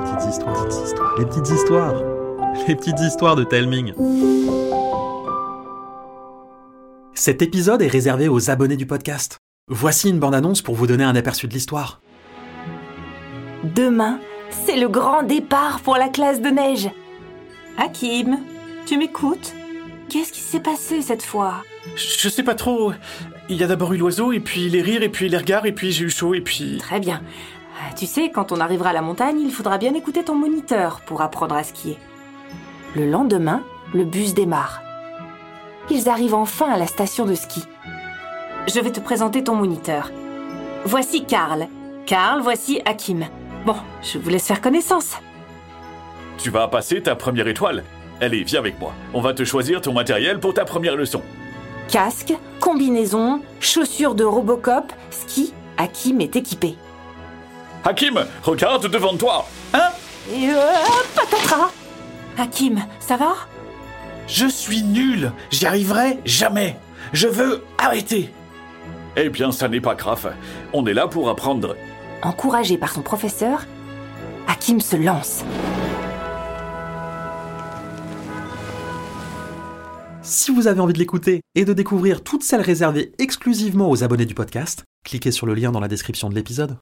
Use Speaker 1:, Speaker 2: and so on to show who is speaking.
Speaker 1: petites histoires. Les petites histoires. Les petites histoires de Telming.
Speaker 2: Cet épisode est réservé aux abonnés du podcast. Voici une bande-annonce pour vous donner un aperçu de l'histoire.
Speaker 3: Demain, c'est le grand départ pour la classe de neige. Hakim, tu m'écoutes Qu'est-ce qui s'est passé cette fois
Speaker 4: Je sais pas trop. Il y a d'abord eu l'oiseau, et puis les rires, et puis les regards, et puis j'ai eu chaud, et puis...
Speaker 3: Très bien. Ah, Tu sais, quand on arrivera à la montagne, il faudra bien écouter ton moniteur pour apprendre à skier. Le lendemain, le bus démarre. Ils arrivent enfin à la station de ski. Je vais te présenter ton moniteur. Voici Karl. Karl, voici Hakim. Bon, je vous laisse faire connaissance.
Speaker 5: Tu vas passer ta première étoile. Allez, viens avec moi. On va te choisir ton matériel pour ta première leçon.
Speaker 3: Casque, combinaison, chaussures de Robocop, ski, Hakim est équipé.
Speaker 5: Hakim, regarde devant toi. Hein
Speaker 3: Et hop, patatras Hakim, ça va
Speaker 4: Je suis nul J'y arriverai jamais Je veux arrêter
Speaker 5: Eh bien, ça n'est pas grave. On est là pour apprendre.
Speaker 3: Encouragé par son professeur, Hakim se lance.
Speaker 2: Si vous avez envie de l'écouter et de découvrir toutes celles réservées exclusivement aux abonnés du podcast, cliquez sur le lien dans la description de l'épisode.